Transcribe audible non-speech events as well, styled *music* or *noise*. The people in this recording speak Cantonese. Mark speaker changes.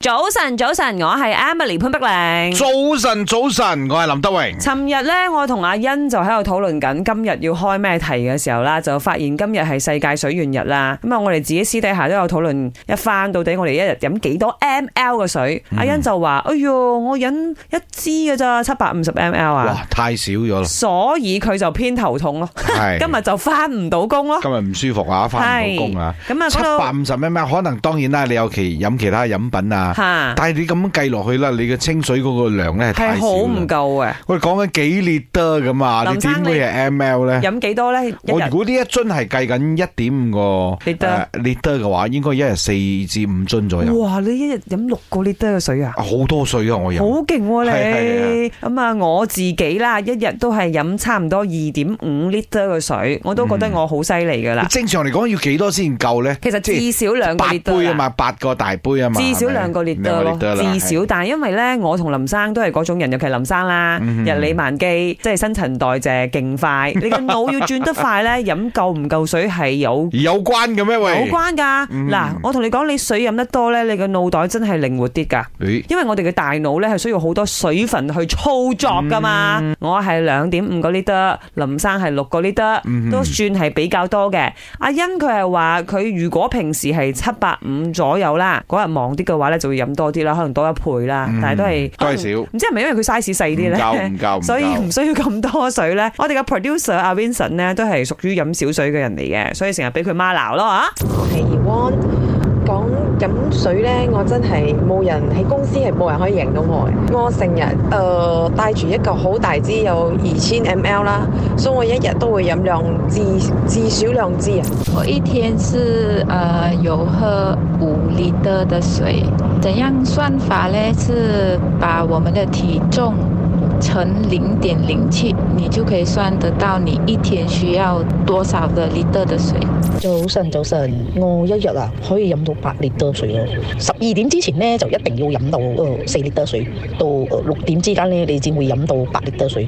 Speaker 1: 早晨，早晨，我係 Emily 潘碧玲。
Speaker 2: 早晨，早晨，我係林德榮。
Speaker 1: 尋日咧，我同阿欣就喺度討論緊今日要開咩題嘅時候啦，就發現今日係世界水源日啦。咁啊，我哋自己私底下都有討論一番，到底我哋一日飲幾多 ml 嘅水？
Speaker 2: 嗯
Speaker 1: 阿欣就話：哎呦，我飲一支嘅咋，七百五十 ml 啊！
Speaker 2: 哇，太少咗啦，
Speaker 1: 所以佢就偏頭痛咯，
Speaker 2: 係
Speaker 1: 今日就翻唔到工咯。
Speaker 2: 今日唔舒服啊，翻唔到工啊。
Speaker 1: 咁啊，
Speaker 2: 七
Speaker 1: 嗰
Speaker 2: 百
Speaker 1: 度
Speaker 2: 五十 m 可能當然啦，你有其飲其他飲品啊，
Speaker 1: 嚇
Speaker 2: 但係你咁樣計落去啦，你嘅清水嗰個量咧係
Speaker 1: 係
Speaker 2: 太
Speaker 1: 好
Speaker 2: 少
Speaker 1: 唔夠
Speaker 2: 啦。
Speaker 1: 嘅，
Speaker 2: 喂，講緊幾列得咁啊？你
Speaker 1: 林生
Speaker 2: 點會係 ml 咧？
Speaker 1: 飲幾多咧？一
Speaker 2: 我
Speaker 1: 日
Speaker 2: 如果呢一樽係計緊一點五個
Speaker 1: 列得
Speaker 2: 呃列得嘅話，應該一日四至五樽左右，
Speaker 1: 哇！你一日飲六個 liter 嘅水啊！
Speaker 2: 好多水啊！我
Speaker 1: 好
Speaker 2: 飲，
Speaker 1: 勁喎你
Speaker 2: 係
Speaker 1: 咁啊！我自己啦，一日都係飲差唔多二點五 liter 嘅水，我都覺得我好犀利噶啦。
Speaker 2: 正常嚟講要幾多先夠咧？
Speaker 1: 其實
Speaker 2: 即係
Speaker 1: 至少兩個
Speaker 2: 八
Speaker 1: liter
Speaker 2: 杯啊
Speaker 1: 啦
Speaker 2: 嘛，八個大杯啊嘛，
Speaker 1: 至少兩個
Speaker 2: 係咪
Speaker 1: liter
Speaker 2: 兩個
Speaker 1: 咯，
Speaker 2: 啦
Speaker 1: 至少。但係因為咧，我同林生都係嗰種人，尤其林生啦，
Speaker 2: 嗯
Speaker 1: 日理萬機，即係新陳代謝勁
Speaker 2: *laughs*
Speaker 1: 快，你個腦要轉得快咧，飲夠唔夠水係有。
Speaker 2: 係有關嘅咩？
Speaker 1: 有
Speaker 2: 喂，
Speaker 1: 關㗎，
Speaker 2: 嗯
Speaker 1: 嗱、我同你講，你水飲得多咧，你個腦袋真係靈活啲㗎。
Speaker 2: 咦
Speaker 1: 因為我哋嘅大腦咧係需要好多水分去操作噶嘛。
Speaker 2: 嗯
Speaker 1: 我係兩點五個 liter，林生係六個 liter，、都
Speaker 2: 嗯
Speaker 1: 算係比較多嘅。阿欣佢係話佢如果平時係七百五左右啦，嗰日忙啲嘅話咧就會飲多啲啦，可能多一倍啦，但係都係
Speaker 2: 嗯都係
Speaker 1: *laughs*
Speaker 2: 少，
Speaker 1: 唔知係咪因為佢 size 細啲
Speaker 2: 唔夠
Speaker 1: 咧？*laughs*
Speaker 2: 唔夠，唔
Speaker 1: 所以
Speaker 2: 夠
Speaker 1: 唔需要咁多水咧。我哋嘅 producer 阿 Vincent 咧都係屬於飲少水嘅人嚟嘅，所以成日俾佢媽鬧咯啊！
Speaker 3: 我係 e w 講飲水呢，我真係冇人喺公司係冇人可以贏到我嘅。我成日誒帶住一個好大支有二千 ml 啦，所以我一日都會飲兩至至少兩支啊。
Speaker 4: 我一天是呃有喝五 liter 的水，怎样算法嘞？是把我们的体重乘零点零七，你就可以算得到你一天需要多少的 liter 的水。
Speaker 5: 早晨，早晨，我一日啊可以飲到八列多水咯。啊十二點之前咧就一呃定要飲到誒四列多水，到呃六點之間咧你先會飲到八列多水。